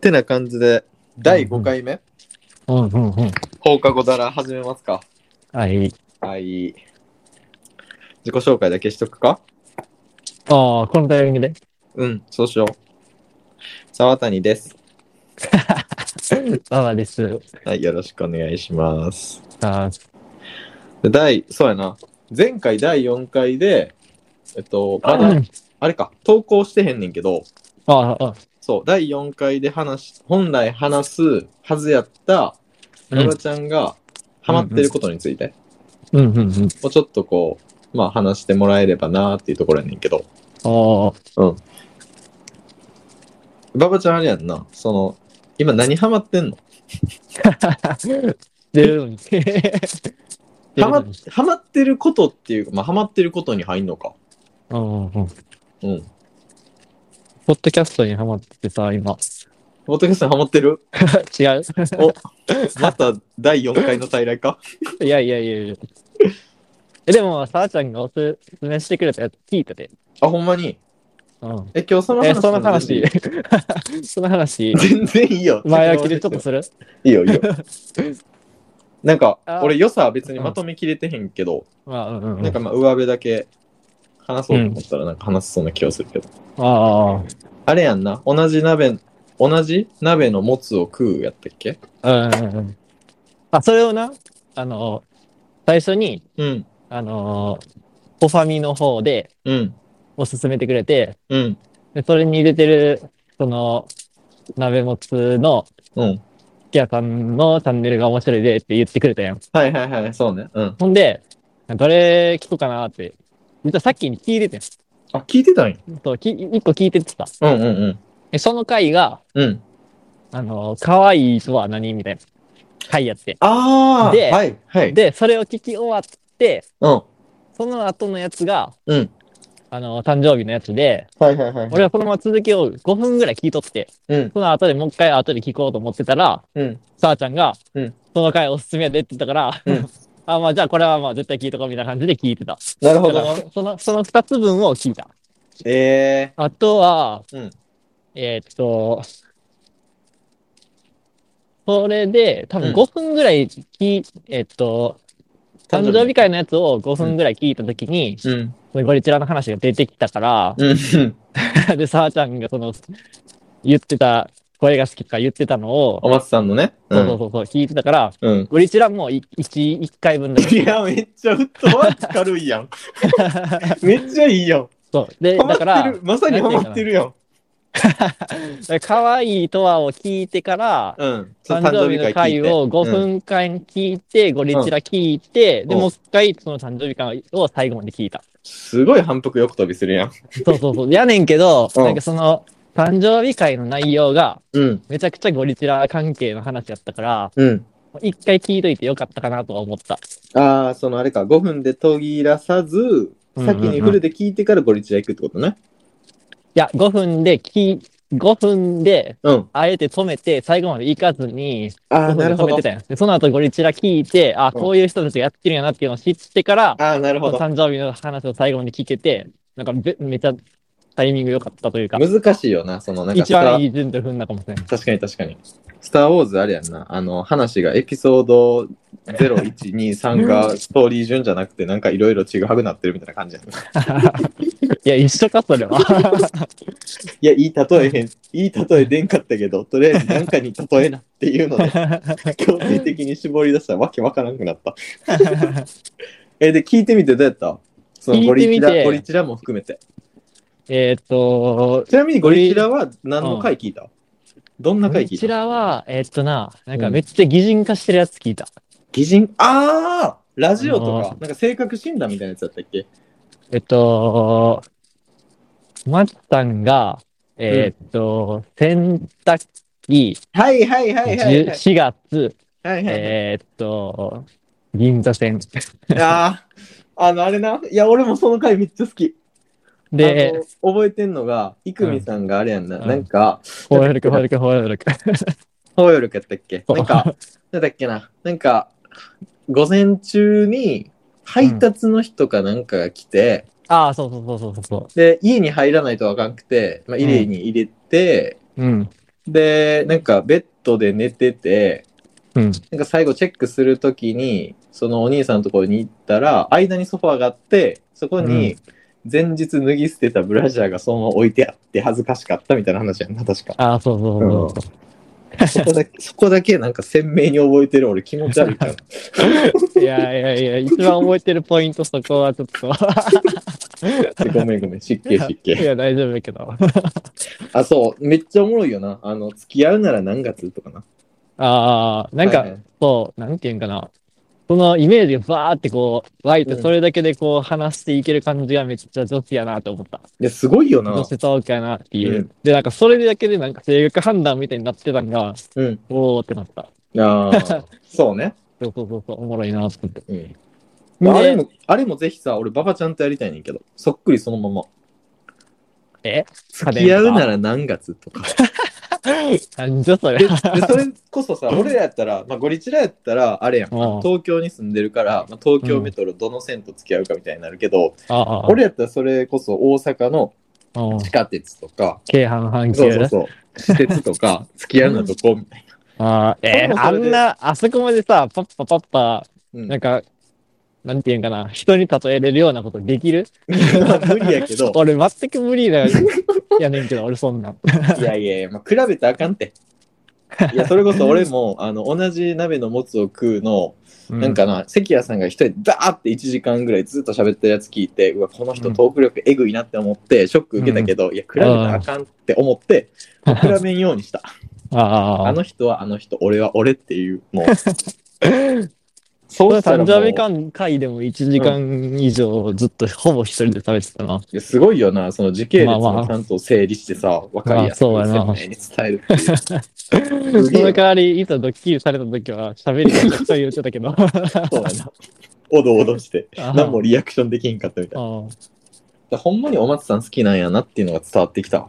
てな感じで、第5回目、うんうんうん。放課後だら始めますか。はい。はい。自己紹介だけしとくかああ、このタイミングで。うん、そうしよう。沢谷です。ママです。はい、よろしくお願いします。あーで第、そうやな。前回第4回で、えっと、まうだ、んあれか、投稿してへんねんけど、あー、あそう、第4回で話し、本来話すはずやった、う野ん田ちゃんがハマってることについて、うんうんうん。もうちょっとこう、まあ話してもらえればなーっていうところやねんけど、あ あ、ババちゃんあれやんな、その、今何ハマってんの出るのに。ハマハマってることっていうか、まあハマってることに入んのか。うんうんうん。うん。ポッドキャストにハマっててさ、今。 ポッドキャストにハマって る違うまた第4回の再来かいやいやいやいや。えでも、さあちゃんがおすすめしてくれたやつ聞いてて。あ、ほんまに。うん。え、今日そのえ、話その話全、 その話、然全然いいよ。前置きでちょっとするいいよ、いいよ。 なんかあ、俺良さは別にまとめきれてへんけど、まあ、うんうんうん。なんかまあ上辺だけ話そうと思ったらなんか話せそうな気がするけど。ああれやんな、同じ鍋、同じ鍋のもつを食うやったっけあ、うんうんうん。あ、それをな、あの、最初に、うん、あのー、ポファミの方でうん、おすすめてくれて、うん、でそれに入れてる、その、鍋もつの、うん。きやさんのチャンネルが面白いでって言ってくれたやん。はいはいはい、そうね。うん。ほんで、どれ聞こうかなって、実はさっきに聞いててん。あ、聞いてたんや。そう、き一個聞いててた。うんうんうん。でその回が、うん。あのー、可愛いとは何みたいな回やって。ああではい、はい。で、それを聞き終わって、うん、その後のやつが、うん。あの、誕生日のやつで、はいはいはい。俺はこのまま続きを5分ぐらい聞いとって、うん、その後でもう一回後で聞こうと思ってたら、うん、さあちゃんが、うんその回おすすめやでって言ったから、うん あ、まあじゃあこれはまあ絶対聞いとこうみたいな感じで聞いてた。なるほどだかな。らその、その2つ分を聞いた。えあとは、うんえーっと、それで、多う分ん5分ぐらい聞い、えーっと、ー、誕生日会のやつを5分ぐらい聞いたときに、うん、そのゴリチラの話が出てきたから、うん、うん。で、さあちゃんがその、言ってた、声が好きとか言ってたのを、お松さんのね。う。そうそうんそうそう、聞いてたから、うん。ゴリチラも1、一回分だいけ。や、めっちゃフットワーク軽いや ん。めっちゃいいやん。そう。で、ハマだってからる。、まさにハマってるやん。可愛いとはを聞いてから、うん。誕生日の回を5分間聞いて、ゴリチラ聞いて、で、うんもう一回その誕生日会を最後まで聞いた。すごい反復横跳びするやん。そうそうそう。やねんけど、うんなんかその、誕生日会の内容が、うん。めちゃくちゃゴリチラ関係の話やったから、うん。一回聞いといてよかったかなとは思った。ああ、そのあれか、5分で途切らさず、うんうんうん先にフルで聞いてからゴリチラ行くってことね。いや、5分でき、5分で、うん。あえて止めて、最後まで行かずに、あ5あ、分なでる止ほめどて。たやん。で、その後ゴリチラ聞いて、あ、こういう人たちがやってるんやなっていうのを知ってから、ああ、なるほど。誕生日の話を最後に聞けて、なんかめめちゃタイミング良かったというか、難しいよな、そのなんか一スタ番ーいい順序踏ん だかもしれない。確かに確かに。スター・ウォーズあれやんな。あの、話がエピソード0123がストーリー順じゃなくて、なんかいろいろちぐはぐなってるみたいな感じ やんな。いいや、一緒か、それは。 や、いい例えへん、いい例え出んかったけど、とりあえずなんかに例えなっていうので、強制的に絞り出したらわけわからんくな った。え、で、聞いてみてどうやったそのゴリチ聞いてみラ、てゴリチラも含めて。えーっと、ちなみにゴリチラは何の回聞いた、どんなこ回聞いちたらは、えーっとな、なんうかんめっちゃ擬人化してるやつ聞いた。擬人ああラジオとあか、なんか性格診断みたいなやつだったっけえっと、マッさんが、えーっと、洗濯機、はいはいはいはい、はい。 4月、はいはいはいえーっと、銀座線。あーあの、あれな。いや、俺もその回めっちゃ好き。で、あの覚えてんのが、イクミさんがあれやんな。うんなんか、ホイールク、ホイールク、ホイールク。包容力やったっけそうなんか、なんだっけな。なんか、午前中に配達の人かなんかが来て、 ああ、そうそうそうそうそうそで、家に入らないとあかんくて、まあ、入れに入れて、う。うん。で、なんかベッドで寝てて、うん。なんか最後チェックするときに、そのお兄さんのところに行ったら、間にソファーがあって、そこに前日脱ぎ捨てたブラジャーがそのまま置いてあって恥ずかしかったみたいな話やんな、確 か。ああ、そうそうそうそう。そこだけ、そこだけなんか鮮明に覚えてる俺気持ち悪いから。いやいやいや、一番覚えてるポイント、そこはちょっと。ごめんごめん、失敬失 い敬。や、大丈夫だけど。 あ、そう、めっちゃおもろいよな。あの、付き合うなら何月とかな。ああ、なんか、はいはいそう、なんていうんかな。そのイメージがバーってこう、湧いて、うんそれだけでこう話していける感じがめっちゃ女子やなと思った。いや、すごいよな女。子トークやなっていう。うんで、なんかそれだけでなんか性格判断みたいになってたんが、うん。おーってなった。あ あ、そうね。そうそうそうそう、おもろいなと思って。うん。であれも、あれもぜひさ、俺、ババちゃんとやりたいねんけど、そっくりそのまま。え付き合うなら。ら何月と か。なんじゃそでれ。でそれこそさ、俺らやったら、まあ、ゴリチラやったら、あれやん。うん東京に住んでるから、まあ、東京メトロどの線と付き合うかみたいになるけど、 ああ、俺やったらそれこそ大阪のうん地下鉄とか、京阪阪そうそう急。そう、施設とか、付き合うなとこみたいああ、えー、あそれもそれでんな、あそこまでさ、パッパパッパ、な。うん なんか、なんていうんかな、人に例えれるようなことできるまあ無理やけ ど、俺全く無理だよ。やねんけど、俺そんなん。いやいやいや、まあ、比べたらあかんって。いや、それこそ俺も、あの、同じ鍋のもつを食うの、なんかな、関谷さんが一人でダーって1時間ぐらいずっと喋ってるやつ聞いて、うわ、この人うんトーク力えぐいなって思って、ショック受けたけど、いや、比べたらあかんって思って、うん、比べんようにした。あああ。の人はあの人、俺は俺っていう、もう。そうしたらも誕う生日間会でも1時間以上ずっとほぼ一人で食べてたな。いやすごいよな、その時系列まあまをあちゃんと整理してさ、わかりやすくまあそうや鮮な明に伝えるっていう。 その代わり、いざドッキリされた時は喋りがちょっと言ってた けど。そうやな。おどおどして、何もリアクションできんかったみたいな。うんだからほんまにお松さん好きなんやなっていうのが伝わってきたわ。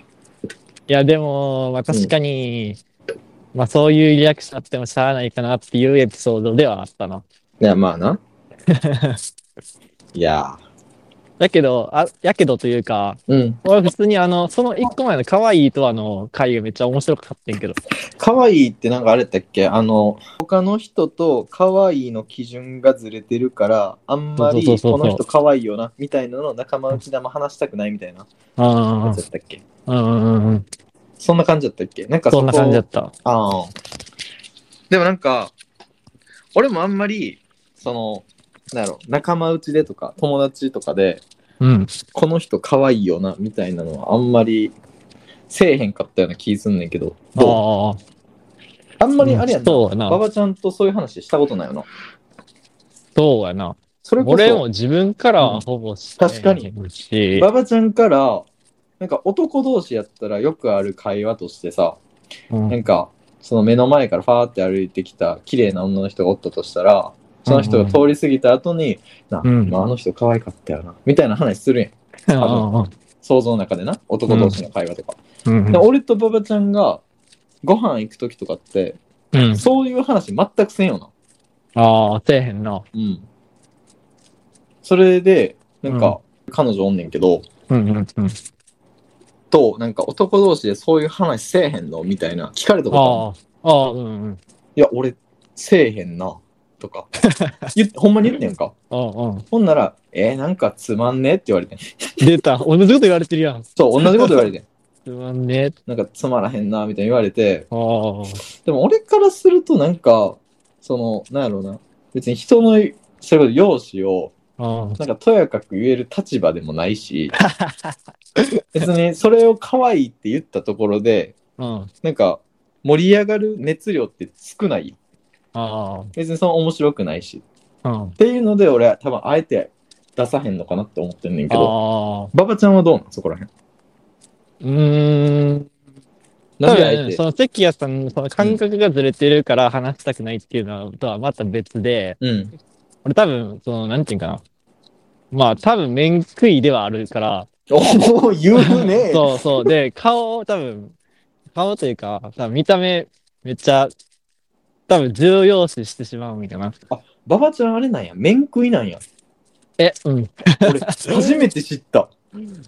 いや、でも、まあ確かに、まあそういうリアクションあってもしゃあないかなっていうエピソードではあったな。いや、まあ な。いやだけど、あやけどというか、ー、うん。俺普通にあの、その一個前の可愛いとあの会がめっちゃ面白かったんやけど。可愛いってなんかあれだっけあの、他の人と可愛いの基準がずれてるから、あんまりそうそうそうそこうの人可愛いよな、みたいなのを仲間内であんま話したくないみたいなあやつだったっけあ、うんうんうん。そんな感じだったっけなんかそこんな感じだった。ああ。でもなんか、俺もあんまり、その、なんやろ、仲間内でとか、友達とかで、うん。この人可愛いよな、みたいなのはあんまり、せえへんかったような気すんねんけど、どうああ。あんまりあれやんな。そうや馬な。場ちゃんとそういう話したことないよな。そうやな。それこ俺もそ、自分からはほぼして確かにし、馬場ちゃんから、なんか男同士やったらよくある会話としてさ、うんなんか、その目の前からファーって歩いてきた綺麗な女の人がおったとしたら、その人が通り過ぎた後に、な、うんまあ、あの人可愛かったよな、みたいな話するやん。うん想像の中でな、男同士の会話とか。うんで俺と馬場ちゃんがご飯行く時とかって、うん。そういう話全くせんよな。ああ、せえへんな。うん。それで、なんか、彼女おんねんけど、うんうんうん。と、なんか男同士でそういう話せえへんのみたいな、聞かれたことあるああ、ああ、うんうん。いや、俺、せえへんな、と か。言っほんまに言ってんか。ああ、うん。ほんなら、えー、なんかつまんねって言われてん。出た。同じこと言われてるやん。そう、同じこと言わ れてん。すまんね。なんかつまらへんな、みたいに言われて。ああ。でも俺からすると、なんか、その、なんやろうな。別に人の、それこそ容姿を、ああなんかとやかく言える立場でもないし、 別にそれを可愛いって言ったところで、うん。なんか、盛り上がる熱量って少ないよ。あ別にその面白くないし。あ。うん。っていうので俺は多分あえて出さへんのかなって思ってんねんけどああ。馬場ちゃんはどうなんそこらへんうーん。なんであ多え分てその関谷さんのその感覚がずれてるから話したくないっていうのとはまた別で、うん俺多分、その、なんていうんかな。まあ多分、面食いではあるから、おお言うね そうそう。で、顔、多分、顔というか、多分見た目、めっちゃ、多分重要視してしまうんかな。馬場ちゃんあれなんや面食いなん やえ、う俺初めて知った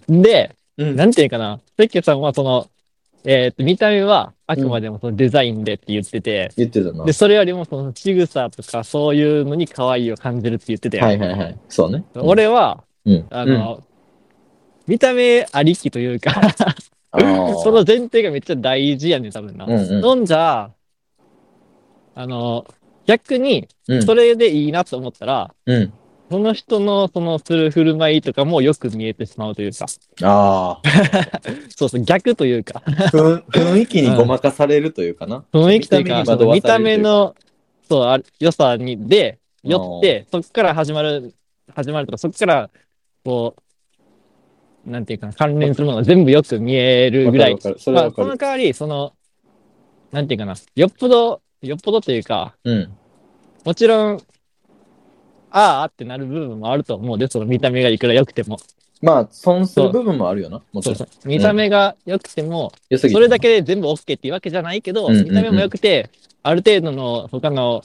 ん。で、うんなんていうかな、関谷さんはその、えーっと、見た目はあくまでもそのデザインでって言ってて、言ってたな。はで、いそれよりもその仕草とかそういうのに可愛いを感じるって言ってたよ。はいはい。そうね。俺は、うん、あの、見た目ありきというか、うん、 その前提がめっちゃ大事やねん、多分な。うんうん飲んじゃ、あの、逆に、うん、それでいいなと思ったら、うん。その人のそのする振る舞いとかもよく見えてしまうというか、ああ、そうそう、逆というか、雰雰囲気にごまかされるというかな。雰囲気というか、見た目に惑わ見たされるとい目うかの、そう、あ良さに、で、よって、そっから始まる、始まるとか、そっから、こう、なんていうかな、関連するものが全部よく見えるぐらいわかるわかるそれはわかそるの代わり、その、なんていうかな、よっぽど、よっぽどというか、うん。もちろん、あーあってなる部分もあると思うで、その見た目がいくら良くても。まあ、損する部分もあるよな。もちそろうんそ。う見た目が良くても、良すぎてそれだけで全部 OK っていうわけじゃないけど、うんうんうん見た目も良くて、ある程度の他の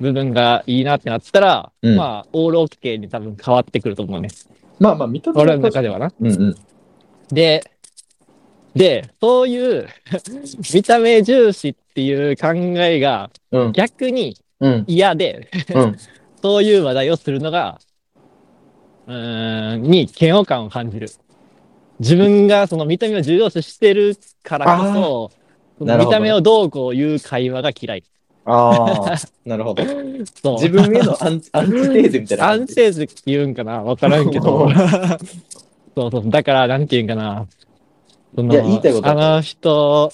部分がいいなってなったら、うんまあ、オール OK に多分変わってくると思うね。まあまあ、見た目俺の中ではな。うんうん。で、で、そういう 見た目重視っていう考えがうん。逆にうん。嫌で、うん。そういう話題をするのが、うーん、に嫌悪感を感じる。自分がその見た目を重要視してるからこそ、なる見ほどた目をどうこういう会話が嫌い。 ああ、なるほど。そう。自分へのアンアンチテーゼみたいなア感ンじ。セージって言うんかなわからんけお どう。そうそう。だから、なんて言うんかな。そのいや言いたいことああるの人、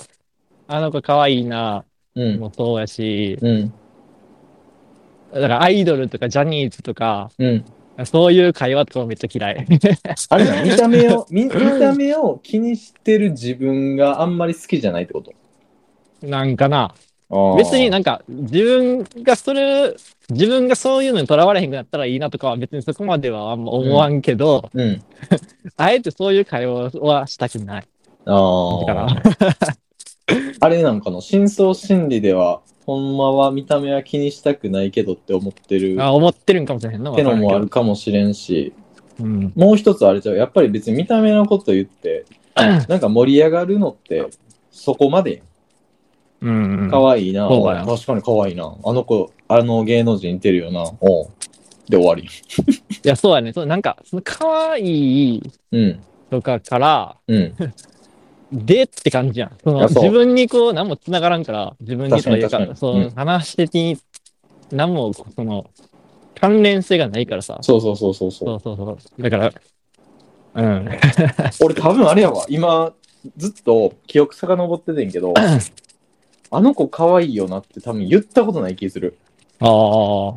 あの子可愛いな、うん。もそうやし、うん。だからアイドルとかジャニーズとか、うん。そういう会話とかもめっちゃ嫌い。 あれだ、 見た目を、見見た目を気にしてる自分があんまり好きじゃないってことなんかな。あー別になんか、自分がそれ、自分がそういうのにとらわれへんくなったらいいなとかは別にそこまではあんま思わんけど、うん。あえてそういう会話はしたくない。あだかあ。ら、 あれなんかの、深層心理では、ほんまは見た目は気にしたくないけどって思ってるあ思ってるんかもしれへんな。ってのもあわるかもしれんし、からんけど。うん。もう一つあれじゃうやっぱり別に見た目のこと言って、 なんか盛り上がるのって、そこまでうんうん。可愛いな、そうだよ確かに可愛いな、あの子、あの芸能人似てるよな、おうで終わり。いや、そうやね。そうなんか、その可愛いうん、とかから、うん、でって感じやん。そいのやそう自分にこう、何も繋がらんから、自分にとか言うから、確かそに確かにう、話的に、何も、その、関連性がないからさ。そうそうそうそうそうそうそうそう。だから、うん。俺多分あれやわ今ずっと記憶遡っててん けどあの子可愛いよなって多分言ったことない気するああ。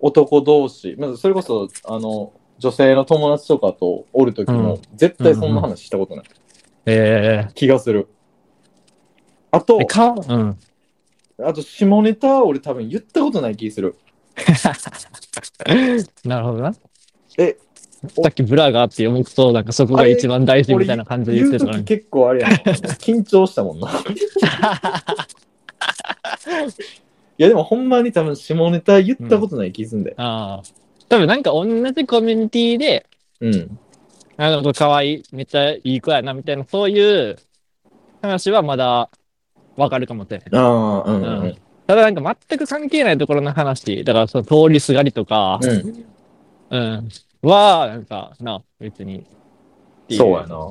男同士まずそれこそあの女性の友達とかとおる時うもん絶対そんな話したことないえ気がする、あとえか、うん。あと下ネタ俺多分言ったことない気するなるほどな。えおさっきブラがあって読くと、なんかそこが一番大事みたいな感じで言言っうてた時のに。結構あれ やな緊張したもんないやでもほんまに多分下ネタ言ったことない気すんだよ、ああ。多分なんか同じコミュニティで、うん、あの子可愛い、めっちゃいい子やな、みたいな、そういう話はまだわかるかもって。ああ、うんうんうん。ただなんか全く関係ないところの話、だからその通りすがりとか、うんうん。は、なんか、な、別に。そうや な。な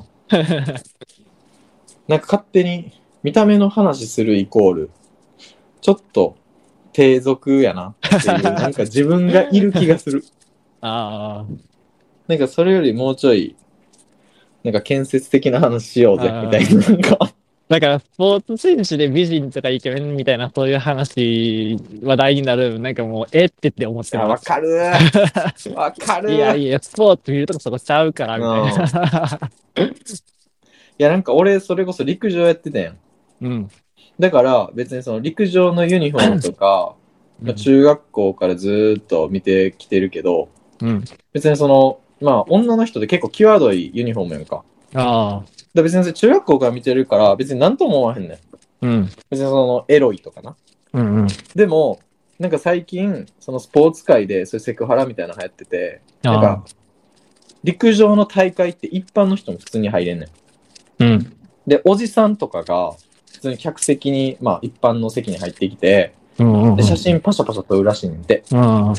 んか勝手に見た目の話するイコール、ちょっと低俗やなって いう、なんか自分がいる気がする。あなんかそれよりもうちょい、なんか建設的な話しようぜあーみたいな、なんか、あ。だから、スポーツ選手で美人とかイケメンみたいな、そういう話、話題になる、なんかもう、えってって思ってあまわす。かるわかるいやいや、スポーツ見るとこそこちゃうから、みたいな。いや、なんか俺、それこそ陸上やってたやん。うん。だから別にその陸上のユニフォームとか、まあ中学校からずーっと見てきてるけど、うん。別にその、まあ、女の人って結構際どいユニフォームやんか。だかああ。ら別にそれ中学校から見てるから、別に何とも思わへんねん。うん。別にその、エロいとかな。うんうん。でも、なんか最近、そのスポーツ界で、そういうセクハラみたいなの流行ってて、なんあか、陸上の大会って一般の人も普通に入れんねん。ーうん。で、おじさんとかが、普通に客席に、まあ、一般の席に入ってきて、うん。で、写。真パシャパシャ撮るらしいんで、うん。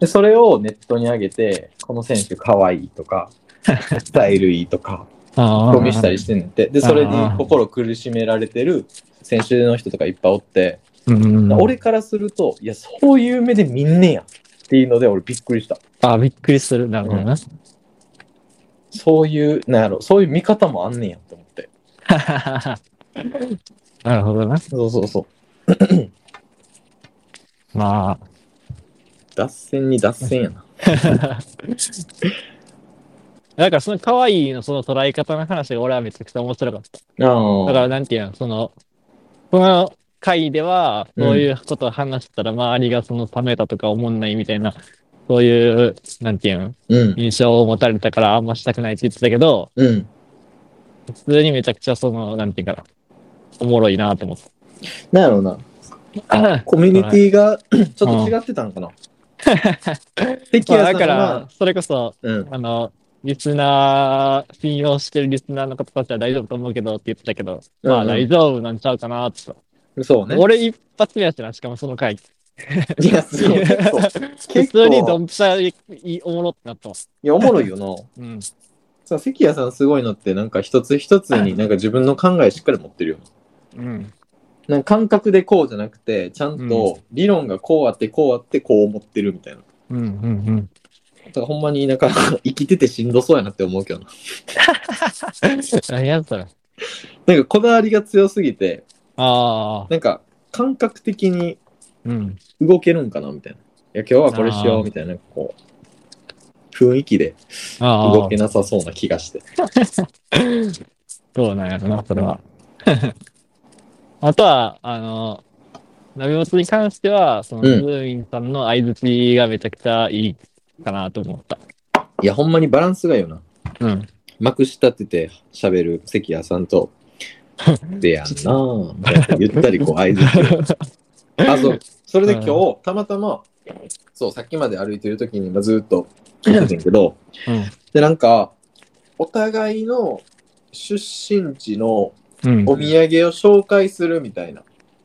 で、それをネットに上げて、この選手可愛いと か、スタイルいいとか、ゴゴミしたりしてんねんて。で、それに心苦しめられてる選手の人とかいっぱいおって、うん。俺からすると、いや、そういう目で見んねやっていうので、俺びっくりした。あ、びっくりする。なるほどな。そういう、なんやろ、そういう見方もあんねんやって思って。 なるほどな。そうそうそう。ま脱線に脱線やな。あ。だからその可愛いのその捉え方の話が俺はめちゃくちゃ面白かった。だかああ。らなんていうの、その、この回では、そういうことを話したら、周りがその冷めたとか思んないみたいな、そういう、なんていうの、うん。印象を持たれたからあんましたくないって言ってたけど、うん。普通にめちゃくちゃその、なんていうかな、おもろいなと思って。なんやろうな。 コミュニティがちょっと違ってたんかな。関まあ谷さだんからは、、それこそ、うん。あの、リスナー、信用してるリスナーの方たちは大丈夫と思うけどって言ってたけど、まうあんうん大丈夫なんちゃうかなってさ。そうね。俺一発目やしな、しかもその回。いや、そう結構。普結通にド構。ンピシャいいおもろってなったわ。いや、おもろい よな。うん。さ関谷さんすごいのって、なんか一つ一つになんか自分の考えしっかり持ってるよな。うん。なんか感覚でこうじゃなくて、ちゃんと理論がこうあって、こうあって、こう思ってるみたいな。うんうんだからほんまになんか 生きててしんどそうやなって思うけどな。うん。何やったら。なんかこだわりが強すぎて、ああ。なんか感覚的にうん。動けるんかなみたいな。いや、今日はこれしよあうーみたいな、なんかこう、雰囲気であ動あけ。なさそうな気がして。どうなんやろな、それは。 あとは、あの、ナビモトに関しては、その、うズんーインさんの相槌がめちゃくちゃいいかなと思った。いや、ほんまにバランスがいいよな。うん。まくし立てて喋る関谷さんと、でやんなぁみたいなゆったりこう合図あ、そう。それで今日、たまたま、そう、さっきまで歩いてる時に、まあ、ずっと聞いてたんやけど、で、なんか、お互いの出身地のうん。うん。お土産を紹介するみたいな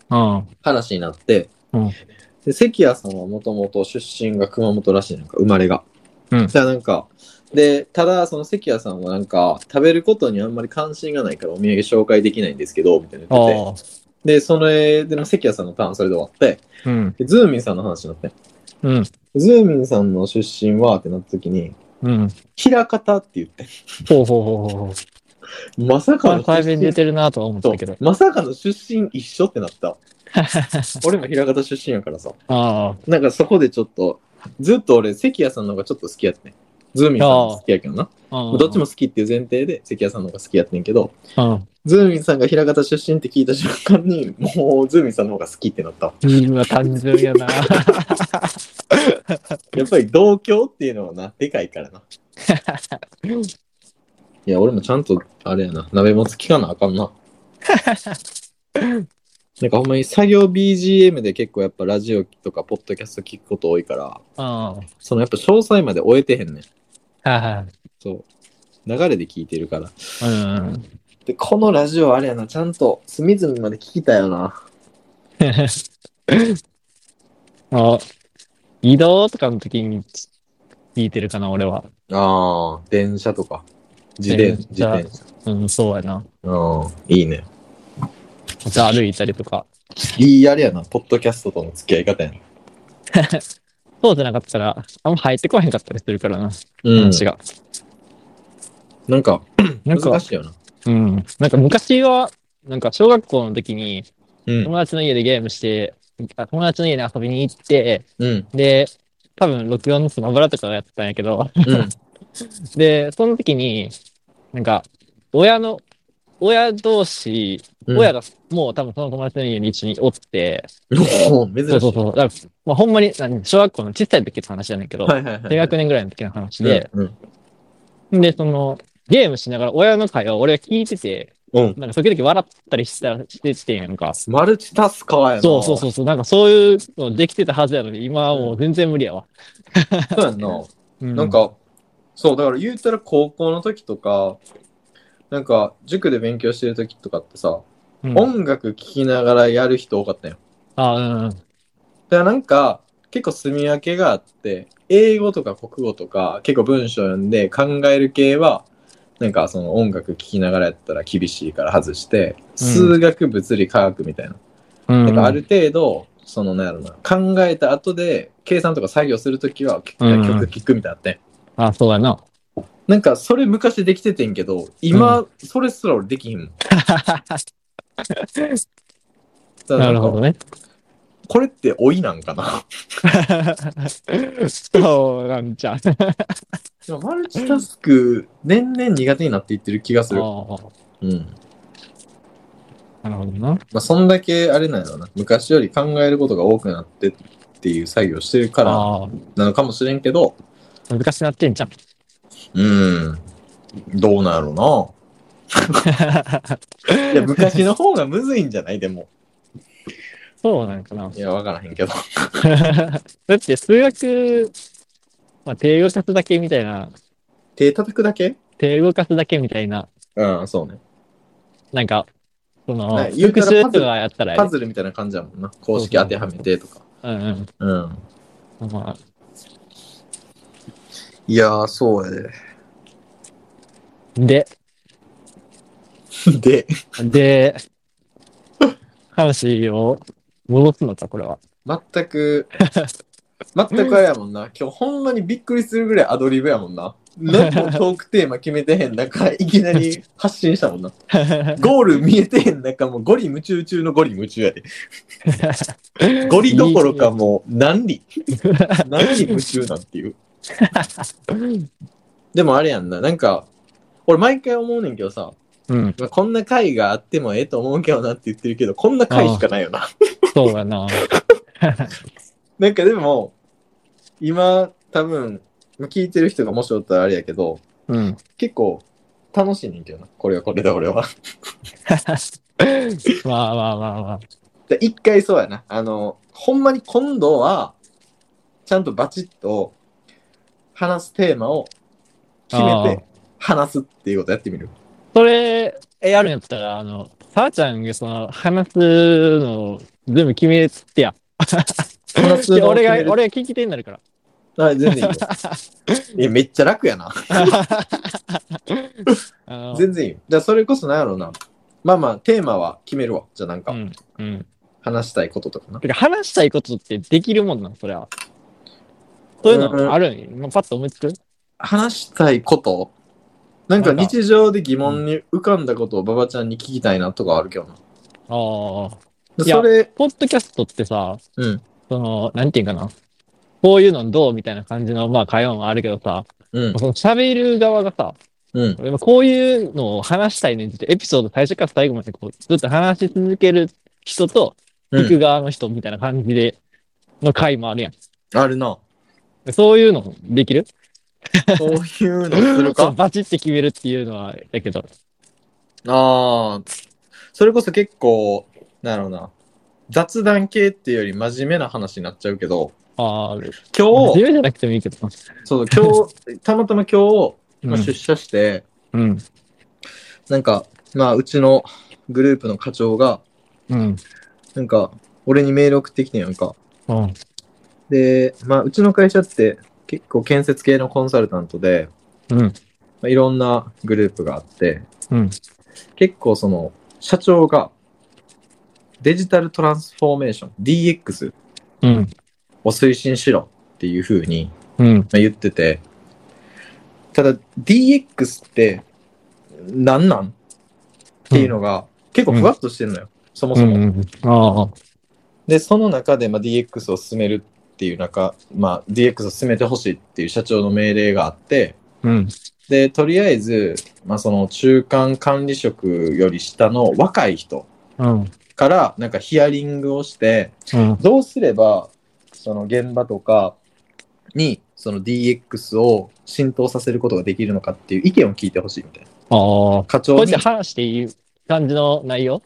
うん。話になって、うんで関谷さんはもともと出身が熊本らしいのか生まれが。うんじゃあなんかでただその関谷さんはなんか食べることにあんまり関心がないからお土産紹介できないんですけどみたいなあ言っててあ。でそれでも関谷さんのターンそれで終わってうん。でズーミンさんの話になってうん。ズーミンさんの出身はってなった時にうん。平方って言ってほうほうほうほうほう。まさかの関西出弁出身てるなとは思ったけど。まさかの出身一緒ってな った俺も平方出身やからさあなんかそこでちょっと、ずっと俺、関谷さんの方がちょっと好きやってん。ズーミンさんも好きやけどな。あ。どっちも好きっていう前提で関谷さんの方が好きやってんけど、うん。ズーミンさんが平方出身って聞いた瞬間に、もうズーミンさんの方が好きってなった。うん。は単純や な。やっぱり同郷っていうのはな、でかいからな。いや、俺もちゃんと、あれやな、鍋もつ聞かなあかんな。なんかほんまに作業 BGM で結構やっぱラジオとかポッドキャスト聞くこと多いから、うん。はそのやっぱ詳細まで終えてへんねん。いはそう。流れで聞いてるから。い。うん。で、このラジオあれやな、ちゃんと隅々まで聞きたよな。あ移動とかの時に聞いてるかな、俺は。ああ、電車とか。自転電自車転車。うん、そうやな。うん、いいね。じゃあ歩いたりとか。 いいあれやな、ポッドキャストとの付き合い方やな。そうじゃなかったら、あんま入ってこへんかったりするからな、うん、話が。なんか、なんか難、しいよな。うん。なんか昔は、なんか小学校の時に、うん、友達の家でゲームして、あ友達の家に遊びに行って、うん、で、多分64のスマブラとかをやってたんやけど、うん、で、その時に、なんか、親の、親同士、うん。親がもう多分その友達の家に一緒におって、おーそう珍しそい。うそう、だからまあ、ほんまに、何小学校の小さい時の話じゃないけど、はいはいはい。低学年ぐらいの時の話で、うん、で、その、ゲームしながら親の会話を俺が聞いてて、うん。うんなんか時々笑ったりしたしててんやんか。マルチタスカーやな。そうそうそうそう、なんかそういうのできてたはずやのに、今はもう全然無理やわ。そうやんな。うなん、か、そう、だから言うたら高校の時とか、なんか、塾で勉強してる時とかってさ、うん、音楽聴きながらやる人多かったよ。あ、うんうん。だからなんか、結構住み分けがあって、英語とか国語とか、結構文章読んで考える系は、なんかその音楽聴きながらやったら厳しいから外して、数学、物理、科学みたいな。うんなんかある程度、そのなんやろな、考えた後で、計算とか作業するときは曲うん曲聴くみたいなって。あ、そう やな。なんかそれ昔できててんけど、今、それすら俺できひんもん。だからなんるかほどね。これって老いなんかなそうなんじゃ。あでもマルチタスク、年々苦手になっていってる気がする。ーうん。なるほどな。まあ、そんだけあれなんやろな。昔より考えることが多くなってっていう作業してるからああ、なのかもしれんけど、難しくなってん じゃん。うん。どうなんやろうな。いや、昔の方がむずいんじゃないでも。そうなんかな。いや、わからへんけど。だって数学、まあ、手動かすだけみたいな、手叩くだけ手動かすだけみたいな、うん、そうね。なんか、その、ね言うた復ら習とかやったらパやズルみたいな感じやもんな。公式当てはめてとか。る。うんうん。うん。まあ、いやー、そうやで、 で。で、で、話を戻すのか、こ れは。全く、全くあれやもんな。今日ほんまにびっくりするぐらいアドリブやもんな。何もトークテーマ決めてへん中、いきなり発信したもんな。ゴール見えてへん中、もうゴリ夢中中のゴリ夢中やで。ゴリどころかもう何里何里夢中なんていう。でもあれやんな。なんか、俺毎回思うねんけどさ、うん、まあこんな回があってもええと思うけどなって言ってるけど、こんな回しかないよな。そうやな。なんかでも、今、多分、聞いてる人がもしおったらあれやけど、 うん。結構楽しいねんけどな。これはこれだ、俺は。 まあまあまあまあ。で一回そうやな。あの、ほんまに今度は、ちゃんとバチッと話すテーマを決めて話すっていうことやってみる。それ、え、やるんやったら、あの、さあちゃんがその、話すのを全部決め てや。話すいやのを俺決がめ、る俺が聞き手になるから。あ 全然い いよ。いや、めっちゃ楽やな。あの全然いいよ。じゃあ、それこそなんやろうな。まあまあ、テーマは決めるわ。じゃあ、なんうか、ん。うん。話したいこととかな。てか、話したいことってできるもんなん、それは。そういうのあるん、まあ、パッと思いつく話したいことなんかなんか日常で疑問に浮かんだことを馬場ちゃんに聞きたいなとかあるけどな。ああ。でいやそれ、ポッドキャストってさ、うん、その、なんていうんかな。こういうのどうみたいな感じの、まあ、会話もあるけどさ、うん、その喋る側がさ、うん、俺もこういうのを話したいねんって言ってエピソード最初から最後までこうずっと話し続ける人と、う聞くん。側の人みたいな感じで、の回もあるやんあるな。で。そういうのできるそういうのする そうかバチって決めるっていうのは、だけど。ああ。それこそ結構、なるほどな。雑談系っていうより真面目な話になっちゃうけど、ああ、今自日、由じゃなくてもいいけど。そう、今 日、たまたま今日、まうあ、ん出社して、うん。なんか、まあ、うちのグループの課長が、うん。なんか、俺にメール送ってきてんやんか。うん。で、まあ、うちの会社って結構建設系のコンサルタントで、うん。まあ、いろんなグループがあって、うん。結構その、社長がデジタルトランスフォーメーション、DX うん。を推進しろっていう風にうん。まあ言ってて、ただ DX って何なんっていうのが結構ふわっとしてるのよ、そもうそんも。うん。ああ。で、その中で、まあ、DX を進めるっていう中、まあ、DX を進めてほしいっていう社長の命令があって、うん。で、とりあえず、まあ、その中間管理職より下の若い人うん。から、なんかヒアリングをして、うん。どうすれば、その現場とかに、その DX を浸透させることができるのかっていう意見を聞いてほしいみたいな。ああ。こ課長うやっにて。話していい感じの内容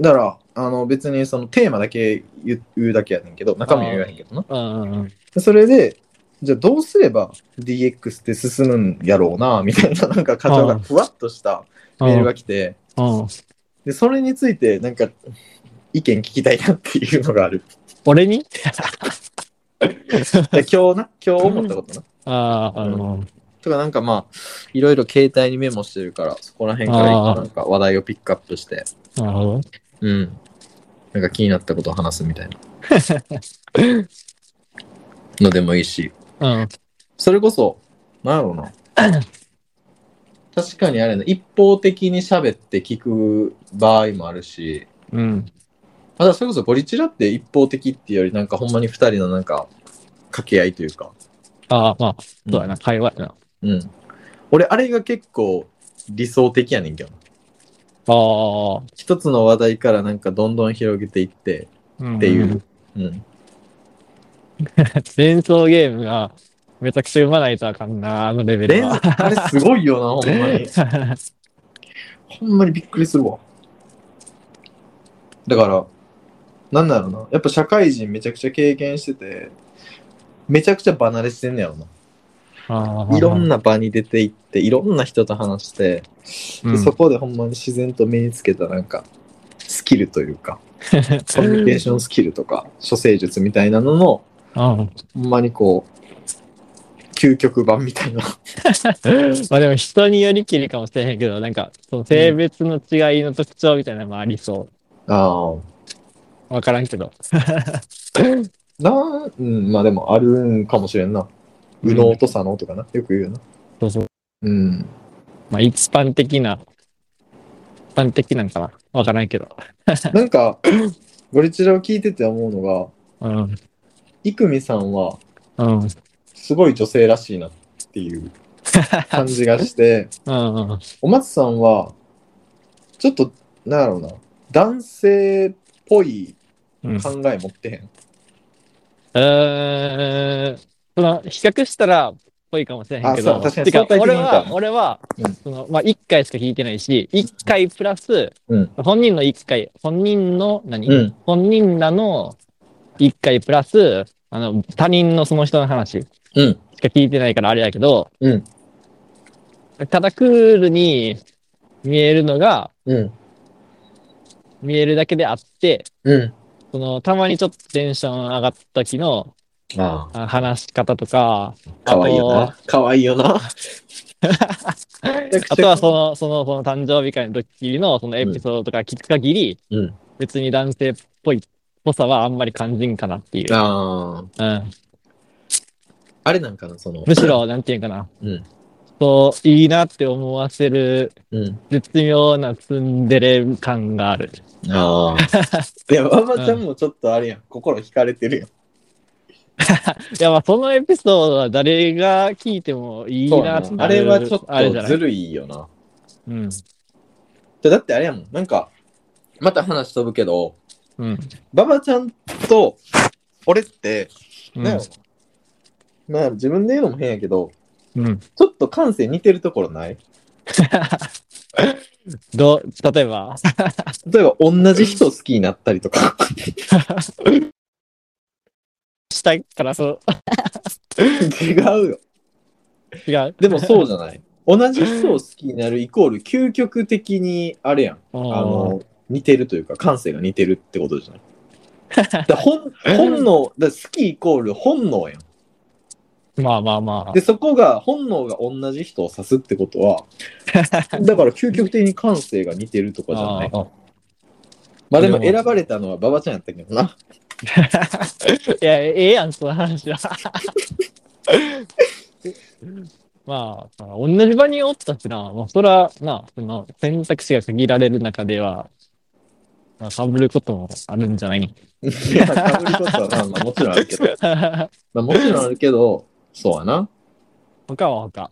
だから、あの、別にそのテーマだけ言う言うだけやねんけど、中身は言わへんけどな。うんうんうん。でそれで、じゃあどうすれば DX って進むんやろうな、みたいな、なんか課長 うがんふわっとしたメールが来て、うん。で、それについて、なんか、意見聞きたいなっていうのが ある。俺にで今日な、今日思ったことな。ああ、あの、とか、なんかまあ、いろいろ携帯にメモしてるから、そこら辺から一あー個なんか話題をピックアップして、なるほど。うん。なんか気になったことを話すみた いな。のでもいいし、うん。それこそ、なんやろうな。確かにあれね、一方的に喋って聞く場合もあるし、うん。まだそれこそボリチラって一方的っていうより、なんかほんまに二人のなんか、掛け合いというか。ああ、まあ、そうやな、会話やな。うん。うん。俺、あれが結構理想的やねんけどな。ああ、一つの話題からなんかどんどん広げていって、っっていう。 うん。連想ゲームがめちゃくちゃ読まないとあかんな、あのレベル連は。あれすごいよな、ほんま に。ほんまにびっくりするわ。だから、なんだろうな。やっぱ社会人めちゃくちゃ経験してて、めちゃくちゃ離れしてんねやろな。いろんな、な場に出て行って、いろんな人と話して、うでんそこでほんまに自然と身につけたなんか、スキルというか、コミュニケーションスキルとか、処世術みたいなのの、うんほんまにこう、究極版みたいな。まあでも人によりきりかもしれへんけど、なんか、その性別の違いの特徴みたいなのもありそああ。う。わからんけど。なうん、まあでもあるんかもしれんな。右脳と左脳とかな。よく言うよな。そうそう。うん。まあ一般的な、一般的なんかな。わからんけど。なんか、ゴリチラを聞いてて思うのが、うん。イクミさんはうん。 うんすごい女性らしいなっていう感じがして、うん。お松さんは、ちょっと、なんだろうな、男性っぽいうん。考え持ってへん。えーその比較したらっぽいかもしれへんけあそうど、確かにてか相対的俺に見たらは、俺はうん、その、まあ、1回しか弾いてないし、1回プラスうん、本人の1回、本人の、何、うん。本人らの1回プラス、あの、他人のその人の話しうん。か聞いてないからあれやけど、うん。ただクールに見えるのが、うん。見えるだけであって、うん。その、たまにちょっとテンション上がった時のああ話し方とか、あ、かわいいよな。かわいいよな。あとはその、その、その誕生日会の時のそのエピソードとか聞く限り、うん。別に男性っぽい、っぽさはあんまり感じんかなっていう。ああ、うん。あれなんかな、その。むしろ、なんていうんかな。うん。そう、いいなって思わせるうん。絶妙なツンデレ感がある。 ああ。いや、ママちゃんもちょっとあれやん。心惹かれてるやん。いや、まあ、そのエピソードは誰が聞いてもいいそうなやってななあれはちょっあれじとゃないず。るいよな。うん。だってあれやもん。なんか、また話飛ぶけど、うん。馬場ちゃんと俺って、うなんやんろ。まあ自分で言うのも変やけど、うん。ちょっと感性似てるところないどう、例えば。 例えば同じ人好きになったりとか。下からそ 違うよ。 う、違う。でもそうじゃない。同じ人を好きになるイコール究極的にあれやん。ああの、似てるというか、感性が似てるってこと じゃないだから本本能、だから好きイコール本能やん。まあまあまあで、。そこが、本能が同じ人を指すってこと は、だから究極的に感性が似てるとかじゃない。あーまあでも選ばれたのは馬場ちゃんやったけど な。いや、ええやん、その話は。 まあ、まあ同じ場におったしな、まあ、そら、な、その選択肢が限られる中では、まあ、かぶることもあるんじゃない いや、かぶることはまあまあもちろんあるけど。まあもちろんあるけど、そうやな。他は他。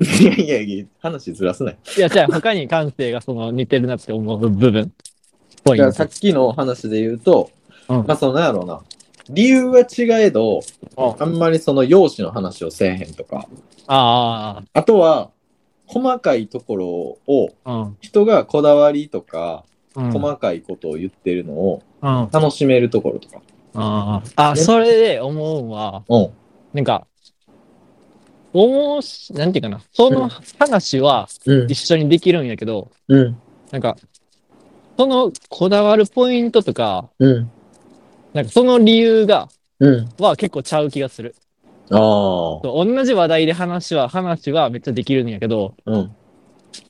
いやいやいや、話ずらすない。いや、じゃあ他に感性がその似てるなって思う部分。ポイだからンさトっ。きの話で言うと、うんまあそのなんやろうな。理由は違えど、ああんまりその容姿の話をせえへんとか、ああとは、細かいところを、ー、うん。人がこだわりとか、うん。うん。細かいことを言ってるのをあ楽しめるところとか。ーあ、それで思うんは、うん。なんか、おもし、なんていうかな、その話はうん一。緒にできるんやけど、うん。なんか、そのこだわるポイントとか、うん。なんかその理由が、うん。は結構ちゃう気がする。ああ。そう同じ話題で話は、話はめっちゃできるんやけど、うん。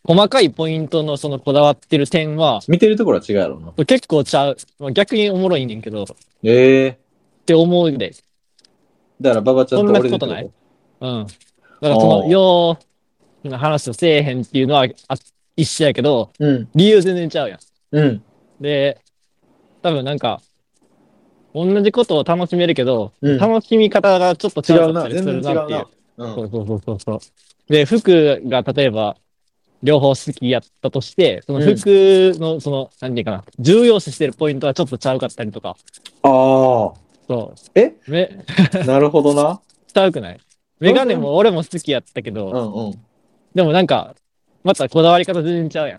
細かいポイントのそのこだわってる点は、見てるところは違うやろうな。結構ちゃう。まあ逆におもろいねんけど、っええて思うで。だから、馬場ちゃんと俺でそんなことないうん。だからそあの、ーよう、今話をせえへんっていうのはあ一緒やけど、うん。理由全然ちゃうやん。うん。で、多分なんか、同じことを楽しめるけど、うん楽しみ方がちょっと違違ううな。りす全然違るうなっていうな。。うそん。うそうそうそうそう。で、服が例えば、両方好きやったとして、その服の、その、何て言うかな、重要視してるポイントはちょっとちゃうかったりとか、あそう。えめ、あ。 なるほどな。ちゃうくないメガネも俺も好きやったけど、うんうん。でもなんか、またこだわり方全然ちゃうやん。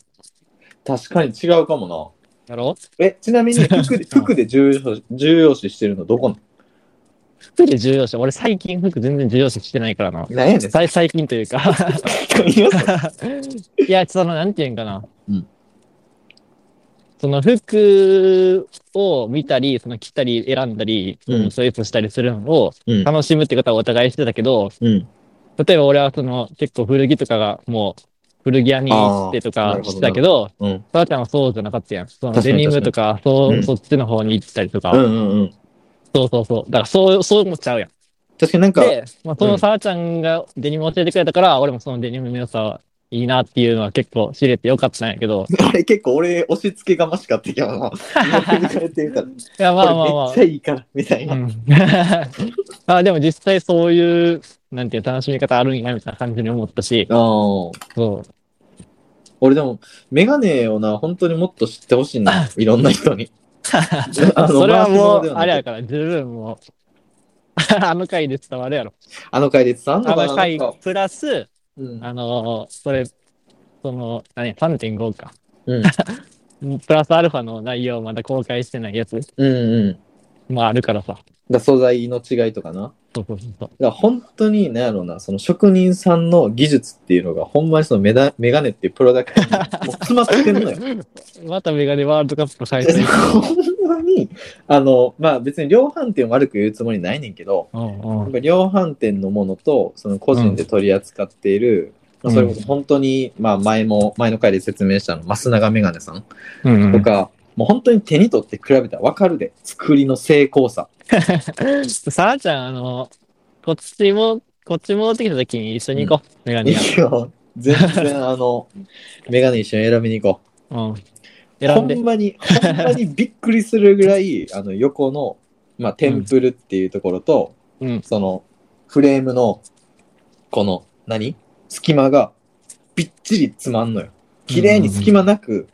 確かに違うかもだろな。え、ちな みに服で、服で重要視重要視してるのどこな服で重要視。俺最近服全然重要視してないからな。のなんやねん。最最近というか。 いや、その、なんていうんかな。うんその服を見たり、その着たり選んだり、うんそういうことしたりするのをうん。楽しむってことはお互いしてたけど、 うん。例えば俺はその結構古着とかがもう古着屋に行ってとあーなかるほどしてたけど、うん。さらちゃんはそうじゃなかったやん。その確かデにニムとか、かそにうんう、そっちの方に行ったりとか、うんうんうん。そうそうそう。だからそう、そう思っちゃうやん。確かになんか、で、まあ、そうのんさらちゃんがデニムを教えてくれたから、俺もそのデニムの良さはいいなっていうのは結構知れてよかったんやけど、 あれ結構俺押し付けがましかったけど な。今振り返ってみたら。いや、まあまこあれめっちゃいいから、みたいまあ。うな。ん、 あでも実際そういう、なんていう楽しみ方あるんやみたいな感じに思ったし、ああ。そう。俺でも、メガネをな、本当にもっと知ってほしいな。いろんな人 に。あのそれは回しも物ではなう、くあれやから、十分もう、 あの回で伝わるやろ。あの回で伝わんのあかなの回なんかプラス、うん。あのーそれ、その、何、3.5か。うん。プラスアルファの内容まだ公開してないやつうんうん。だかもあるからさ。ら素材の違いとかな。だかそうそうそうそう。ら本当に、なんやろうな、その職人さんの技術っていうのが、ほんまにそのメダメガネっていうプロダクトにも う詰まってんのよ。またメガネワールドカップの開で 催。ほんまに、あの、まあ別に量販店を悪く言うつもりないねんけど、うんなうんん。か量販店のものと、その個人で取り扱っている、うんまあそれこそ本当に、まあ前も、前の回で説明したあの、増永メガネさんうんうとん、か、もう本当に手に取って比べたらわかるで、作りの精巧さ。さらちゃん、あの、こっちも、こっち戻ってきた時に一緒に行こう。メガいネや屋。、全然あ の、メガネ一緒に選びに行こう。うん。選んほでん。まに、ほんまにびっくりするぐらい、 あの、横の、まあ、テンプルっていうところと、うん。その、フレームの、この、何隙間が、びっちり詰まんのよ。綺麗に隙間なく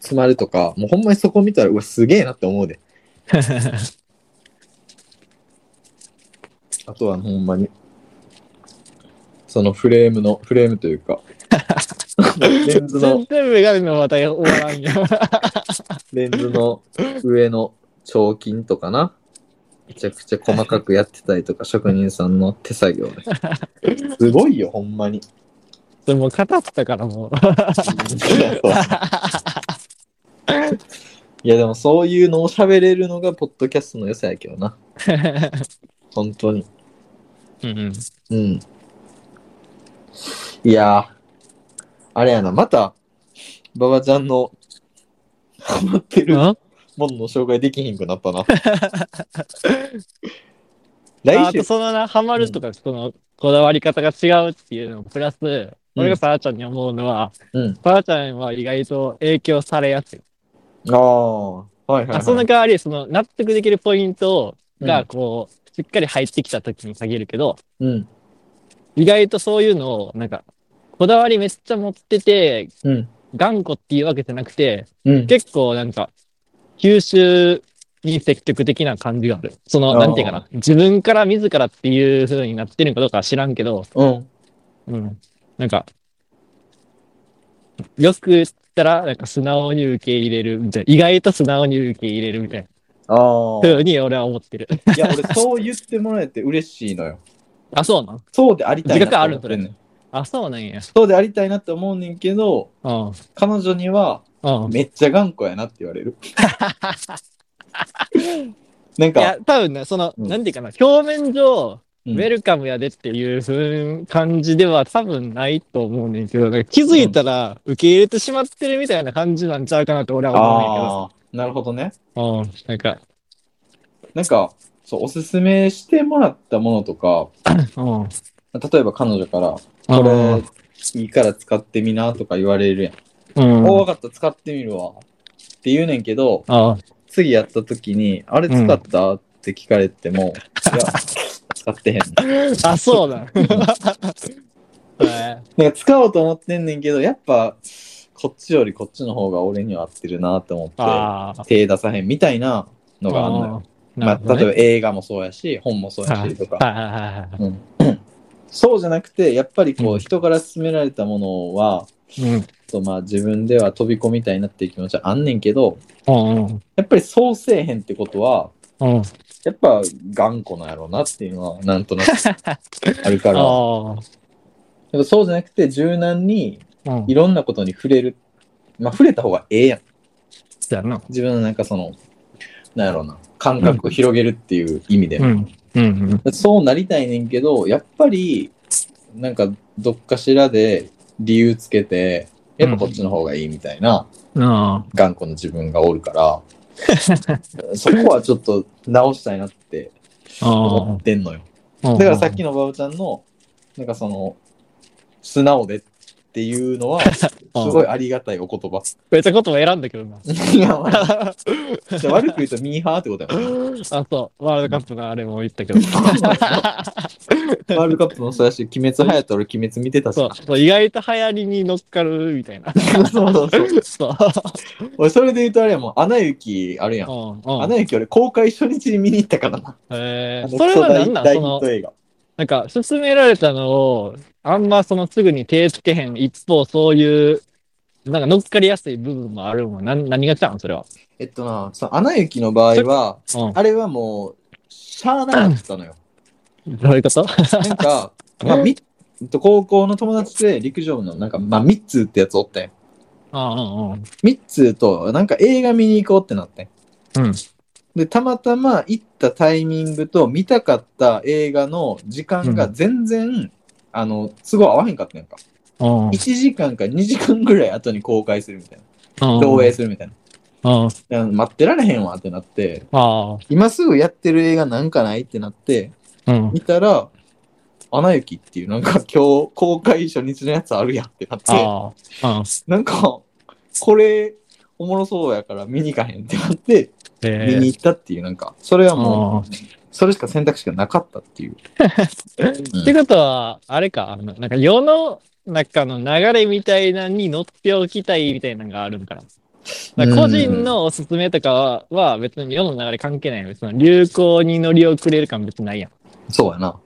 詰まるとか、もうほんまにそこ見たら、うわ、すげえなって思う で。あとはほんまに、そのフレームの、フレームという か、レンズの全、然メガネの話題終わらんよ。 レンズの上の彫金とかな。めちゃくちゃ細かくやってたりとか、職人さんの手作業で。すごいよ、ほんまに。それもう語ったからもう。 いや、でもそういうのを喋れるのが、ポッドキャストの良さやけどな。本当に。うんうん。うん。いやー、あれやな、また、馬場ちゃんのハマってるうんものの紹介できひんくなった な。ああ来と週、そのな、ハマるとか、その、こだわり方が違うっていうのも、プラス、俺がさらちゃんに思うのは、うん。さらちゃんは意外と影響されやすい。ああ、はいはい、はい。あその代わり、その、納得できるポイントうんが、こう、しっかり入ってきた時に限るけど、うん。意外とそういうのを、なんか、こだわりめっちゃ持ってて、うん。頑固っていうわけじゃなくて、うん。結構なんか、吸収に積極的な感じがある。その、あーなんていうかな、自分から自らっていう風になってるのかどうかは知らんけど、うん。うん。なんか、よく言ったら、なんか素直に受け入れるみたいな。意外と素直に受け入れるみたいなああ。風に俺は思ってる。いや、俺、そう言ってもらえて嬉しいのよ。あ、そうなんそうでありたいなと思っ自覚てあるんんねんあ、そうなんや。そうでありたいなって思うねんけど、うん。彼女にはうん。いめっちゃ頑固やなって言われ る。なんかや、、多分ね、その、うんなんていうかな、表面う上、んウェルカムやでっていう風に感じでは多分ないと思うねんけど、なんか気づいたら受け入れてしまってるみたいな感じなんちゃうかなと俺は思ああ、なるほどね。うねんけど。うん。なんか、なんか、そう、おすすめしてもらったものとか、うん。例えば彼女から、あこのれ、いいから使ってみなとか言われるやん。うん。お、わかった、使ってみるわ。って言うねんけど、あ次やった時に、あれ使った、って聞かれて も、いや、使ってへん。あ、あ、そう だ。はいなんか使おうと思ってんねんけど、やっぱ、こっちよりこっちの方が俺には合ってるなって思っああて、。手出さへんみたいなのがあるのよ。まあ、例えば映画もそうやし、本もそうやしとか。ば。はいはいはいはうんそうじゃなくて、やっぱりこううん人から勧められたものは、い。うん。とまあ自分では飛び込みたいなっていう気持ちはあんねんけど、うんうん。やっぱりそうせえへんってことは、うん。やっぱ頑固なんやろうなっていうのはなんとなくあるから、やっ あぱそうじゃなくて柔軟にあ。うん。いろんなことに触れる。まあ触れた方がええやん。そうやな。自分のなんかその、なんやろうな、感覚を広げるっていう意味で。うん。うん。そうなりたいねんけど、やっぱり、なんか、どっかしらで理由つけて、やっぱこっちの方がいいみたいな、うん。あ頑固な自分がおる から、そこはちょっと直したいなって思あってんのよ。あ。だからさっきのバブちゃんの、なんかその、素直でっていう のは、すごいありがたいお言葉。めっちゃ言葉選んだけどな。いや、まあじゃあ悪く言うとミーハーってことやもんね。あ、そう。ワールドカップのあれも言ったけ ど。ワ ールドカップもそうやし、鬼滅流行ったら俺鬼滅見てたし。そう。そう意外と流行りに乗っかるみたいな。そうそうそう。そう。俺、それで言うとあれやもん、アナ雪あるやん。うん。うアん。ナ雪俺、公開初日に見に行ったからな。えあーのそれは何なん大大ヒッそのト、映画。なんか、勧められたのを、あんまそのすぐに手つけへん一方、そういう、なんか乗っかりやすい部分もあるもん。なん何がちゃうんそれは。えっとな、そのアナ雪の場合は、うん。あれはもう、しゃーなかったのよ。どういうことなんか、まあ、みえっと高校の友達で陸上部の、なんか、まあ、ミッツーってやつおったんよあうんうん。ミッツーと、なんか映画見に行こうってなってん。うん。で、たまたま行ったタイミングと見たかった映画の時間が全然、あの、都合合わへんかったんやんか。うん。 1時間か2時間ぐらい後に公開するみたいな。ど漏う洩やするみたいな。うん。いや待ってられへんわってなって、あ今すぐやってる映画なんかないってなって、あ。うん。見たら、アナ雪っていうなんか 今日公開初日のやつあるやんってなって、ああ。うん。なんか、これ、おもろそうやから見に行かへんってなって、え見に行ったっていう、なんか、それはもあう、それしか選択肢がなかったって いう。うんってことは、あれか、あのなんか世の中の流れみたいなのに乗っておきたいみたいなのがあるんかな。だから個人のおすすめとかはは別に世の流れ関係ないよ。その流行に乗り遅れる感別にないやん。そうやな。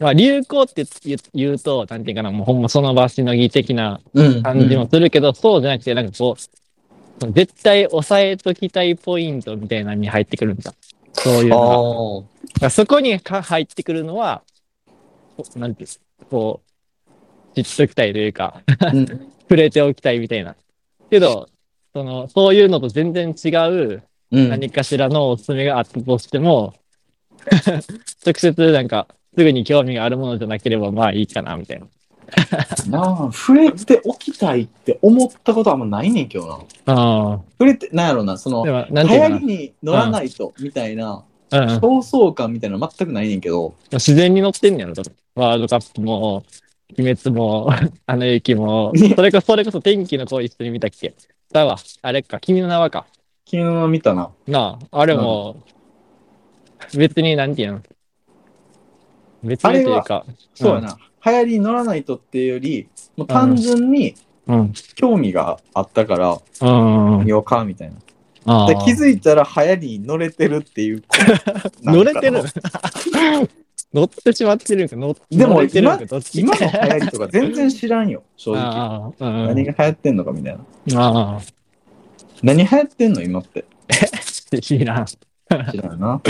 まあ流行って言う言うと、なんていうかな、もうほんまその場しのぎ的なうん。感じもするけど、そうじゃなくて、なんかこう、絶対押さえときたいポイントみたいなのに入ってくるんだ。そういううん。あのが。あ。だからそこにか入ってくるのは、こなんていうんですかこう、知っときたいというか、 うん触れておきたいみたいな。けど、その、そういうのと全然違ううん。何かしらのおすすめがあったとしても、 直接なんか、すぐに興味があるものじゃなければまあいいかな、みたいな。なあ、触れておきたいって思ったことはあんまないねんけどな。あ触れて、なんやろな、そのあ。で、も、なんて流いう行りに乗らないと、みたいな、かな。うん。焦燥感みたいなの全くないねんけど、自然に乗ってんねやろ、多分ワールドカップも、鬼滅も、 あの雪も、それこそ、それこそ天気の子一緒に見たっけだわ、あれか、君の名はか。昨日は見たな。なあ、あれも、別になんていうの別にというか、そうやな。流行りに乗らないとっていうより、もう単純にうん。興味があったから、うん。見ようか、みたいな。あでー気づいたら流行りに乗れてるって いう。乗れてなるんか 乗ってしまってるんか、乗でも乗れてるんか、どっち今の流行りとか全然知らんよ、正直。 ああ、うん。何が流行ってんのかみたいな。ああ、何流行ってんの今って。 知らん。知らんな。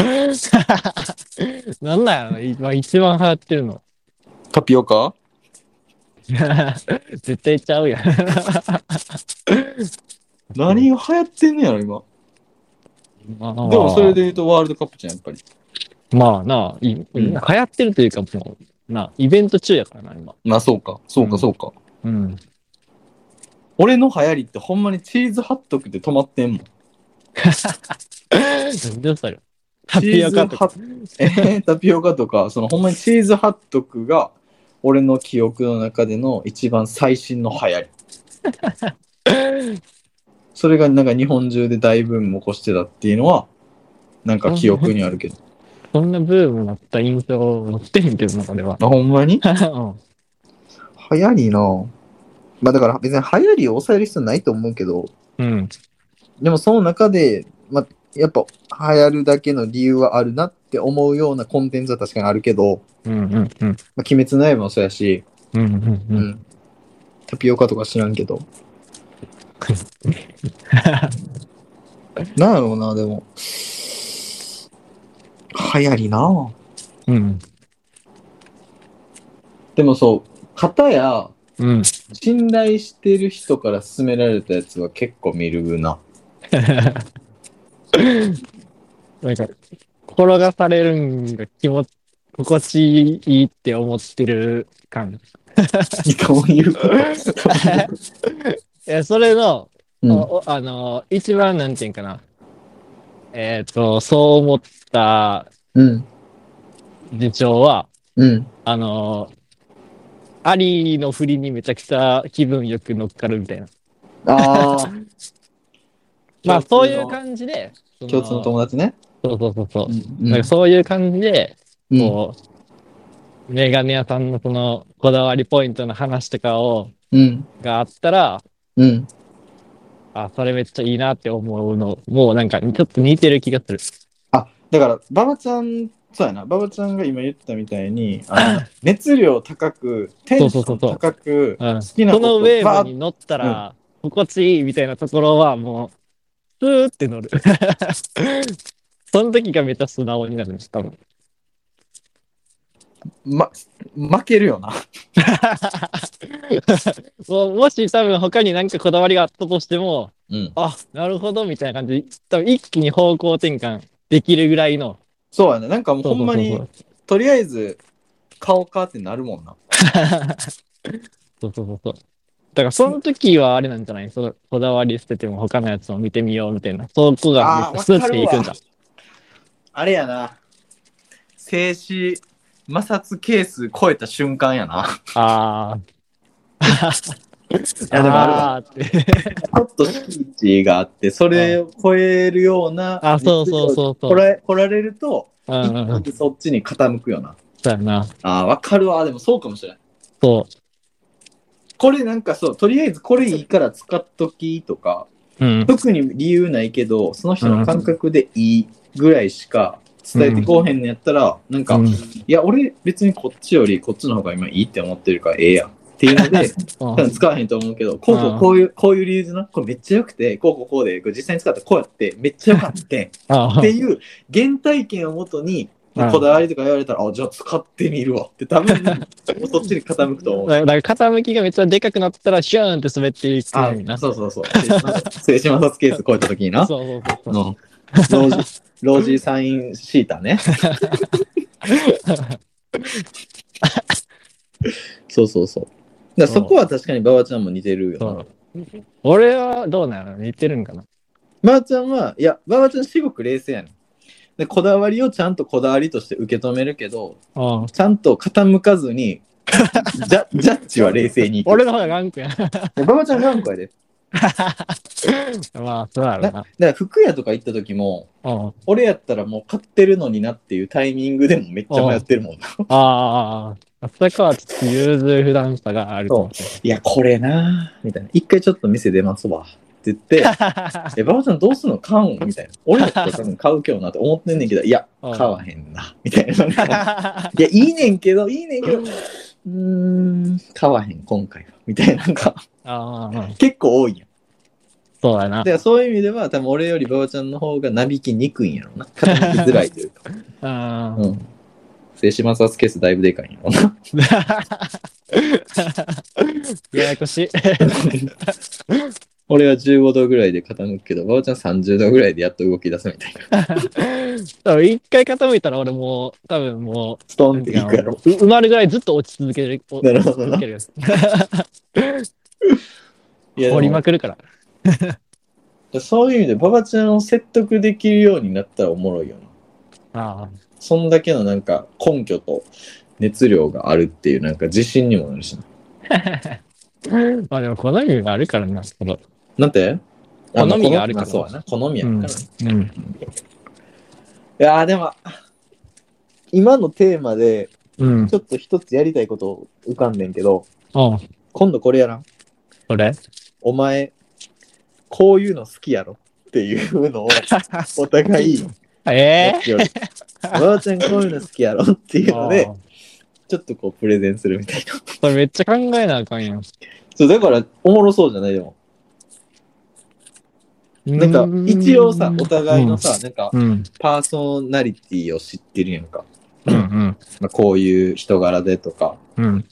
なんなんやろな、今一番流行ってるの。タピオカ絶対ちゃうやん。何が流行ってんのやろ、今。まあでもそれで言うとワールドカップじゃん、やっぱり。まあなあ、い流行ってるというか、もう、なあ、イベント中やからな、今。まあそうか、そううか、んそうか。うん。俺の流行りってほんまにチーズハットクで止まってんもん。どうしたらタピオカとか。チーズハッえータピオカとか、そのほんまにチーズハットクが俺の記憶の中での一番最新の流行り。 それがなんか日本中で大ブームを起こしてたっていうのは、なんか記憶にあるけど。そんなブームなった印象を持ってんけどな、俺は。あ、ほんまにうん流行りなぁまあだから別に流行りを抑える必要ないと思うけど、うん。でもその中で、まあ、やっぱ流行るだけの理由はあるなって思うようなコンテンツは確かにあるけど、うんうんうん。まあ、鬼滅の刃もそうやし、うんうんううん。んタピオカとか知らんけ ど。なんやろうな、でも。流行りなぁうん。でもそう、方やうん。信頼してる人から勧められたやつは結構見る な。なんか、転がされるんが気持ち、心地いいって思ってる感。いいかも言うこと。 いや、それの、うんおおあの、一番なんていうんかな。えっ、と、そう思ったうん。事情は、うん。あの、アリの振りにめちゃくちゃ気分よく乗っかるみたいな。 ああ。まあ、そういう感じで、その共通の友達ね。そうそうそうそう。うんなんかそういう感じで、うんこう、メガネ屋さんのそのこだわりポイントの話とかを、うん。があったら、うん。あ、それめっちゃいいなって思うの、もうなんかちょっと似てる気がする。あ、だから、馬場ちゃん、そうやな、馬場ちゃんが今言ってたみたいに、あの熱量高く、テンション高く、うん好きなこそのとウェーバブーに乗ったら、心地いいみたいなところはもう、スーって乗る。 その時がめっちゃ素直になるんです、多分。ま、負けるよな。もうもし多分他になんかこだわりがあったとしても、うん。あ、なるほどみたいな感じで、多分一気に方向転換できるぐらいの。そうやな、なんかもうそほうそんうそうまに、とりあえず、顔かってなるもんな。そうそうそうそう。だからその時はあれなんじゃないそのこだわり捨てても他のやつを見てみようみたいな。そこがあーめっちゃスーっていくんわかだ。あれやな、静止摩擦係数超えた瞬間やな。あー。 いやでもあるわあーって。ちょっと敷地があって、それを超えるような、あ、そうそうそうそ来う。ら来られると、うんうんうん。そっちに傾くよな。そうやな。ああ、わかるわ。でもそうかもしれない。そこれなんかそう、とりあえずこれいいから使っときとか、う。うん。特に理由ないけど、その人の感覚でいいぐらいしか伝えてこうへんのやったら、なんか、うんいや、俺別にこっちよりこっちの方が今いいって思ってるからええやん。っていうので、多分使わへんと思うけど、こうこうこういう、こういう理由じゃな、これめっちゃ良くて、こうこうこうで、これ実際に使ったらこうやって、めっちゃ良かったって、あっていう原体験をもとに、うんこだわりとか言われたら、あ、じゃあ使ってみるわって、多分、そっちに傾くと思う。だから傾きがめっちゃでかくなったらシューンって滑っていくあな。そそうそうそう。静止摩擦ケース超えた時にな。ううんそうそう。ロージ、ロージサインシータね。そうそうそう。だからそこは確かに馬場ちゃんも似てるよそな。う俺はどうなの似てるんかな馬場ちゃんは、いや、馬場ちゃん至極冷静やねん。で、こだわりをちゃんとこだわりとして受け止めるけど、うん。ちゃんと傾かずに、ジャジャッジは冷静にいく。俺の方が頑固や。馬場ちゃん頑固やで。まあ、そうやろだな。から服屋とか行った時も、うん。俺やったらもう買ってるのになっていうタイミングでもめっちゃ迷ってるもんな。ああ、そこはちょっと融通不断さがあるかもしれないや、これなぁみたいな。一回ちょっと店出ますわ。って言 って、い。え、馬場ちゃんどうすんの買うんみたいな。俺やったら多分買うけどなって思ってんねんけど、いや、う 買んわへんな。みたいな。なん かいや、いいねんけど、いいねんけど、うーん、買わへん、今回は。みたいな。なんか、ああ、結構多いやん。そうやなだか。らそういう意味では、多分俺より 馬場ちゃんの方がなびきにくいんやろな。傾きづらいというか。うんうん。精子摩擦ケースだいぶでかいよな。ややこしい。 俺は15度ぐらいで傾くけど、ばおちゃん30度ぐらいでやっと動き出すみたいな。多分一回傾いたら俺もう、多分もストう、ンっていくやろ。う埋まるぐらいずっと落ち続ける。なるほどな落ち続けるやつ。いや掘でりもまくるから。そういう意味で、ばばちゃんを説得できるようになったらおもろいよな。あそんだけのなんか根拠と熱量があるっていうなんか自信にもなるしな。あ。まあでも好みがあるからな、その。なんて好みがあるからまそうやな。好みやうからん。な。うん。いやーでも、今のテーマでうん。ちょっと一つやりたいこと浮かんでんけど、おう今度これやらん。それお前、こういうの好きやろっていう のをお互いえ持えっておる。 おばあちゃんこういうの好きやろっていうのであ、あちょっとこうプレゼンするみたいな。それめっちゃ考えなあかんやん。 そう、だからおもろそうじゃないでも。なんか一応さ、お互いのさ、なんかうん、パーソナリティを知ってるやんか。うん、うん、まあ、こういう人柄でとか、うん、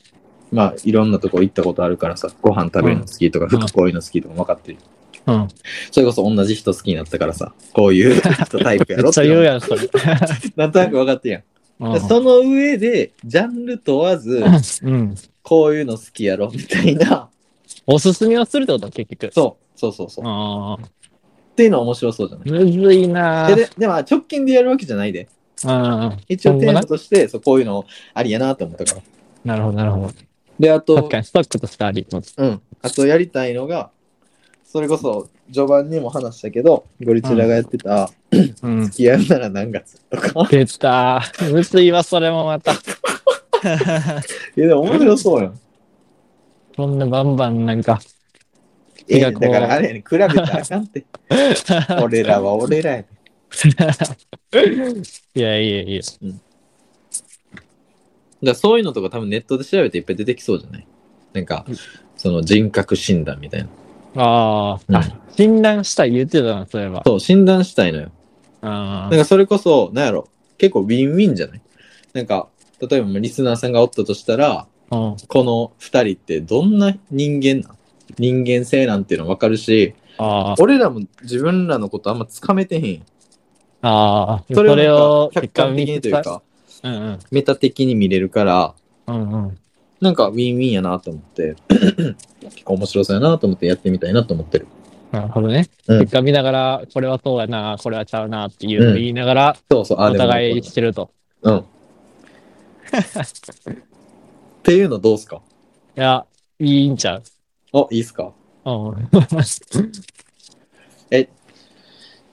まあいろんなとこ行ったことあるからさ、ご飯食べるの好きとか、うん服こういうの好きとか分かってる。うん。それこそ同じ人好きになったからさ、こういう人タイ プやめろっっちゃ言うて。やん、それ。なんとなく分かってるやん。うんその上で、ジャンル問わず、 うん。こういうの好きやろみたいな。おすすめをするってこと結 局。そう、そうそうそう。っああ、ていうのは面白そうじゃないむずいなえででも直近でやるわけじゃないで。ああ、一応テーマほんまとして、そうこういうのありやなと思ったから。ななるほど、なるほど。で、あと確、かに、ストックとしてあり。うん。あとやりたいのが、それこそ序盤にも話したけど、ゴリチラがやってた、うん。付き合うなら何月と か。出た。むずいわ、それもまた。いや、でも面白そうやん。こんなバンバンなんか。ええいやねんだからあれやねん、比べたらあかん って。俺らは俺らやねん。 いやいやいや。だからそういうのとか多分ネットで調べていっぱい出てきそうじゃないなんか、その人格診断みたいな。ああ、あ診断したい言ってたな、そういえば。そう、診断したいのよ。あなんかそれこそ、なんやろ、結構ウィンウィンじゃないなんか、例えばリスナーさんがおったとしたら、あ、うん。この二人ってどんな人間なん人間性なんていうの分かるし、ああ、俺らも自分らのことあんまつかめてへん。ああ、そそれをれを客観的にという結か、果見てた。メタ的に見れるから、うんうん。うんうん。なんかウィンウィンやなと思って、 結構面白そうやなと思ってやってみたいなと思ってる。なるほどね。うん結果見ながら、これはそうやな、これはちゃうなっていうのを言いながら、そうそう、あおでも互いしてると。 うん。っていうのどうっすかいや、いいんちゃう。あ、いいっすかうん。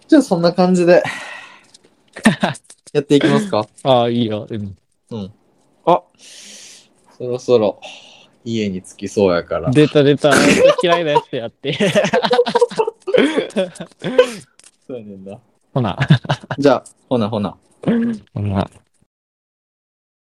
じゃあそんな感じで、やっていきます かああ、いいよ。うんあ、そろそろ家に着きそうやから。出た 出た。嫌いなやつやって。そうやねんな。ほな。じゃあ、ほなほな。ほな。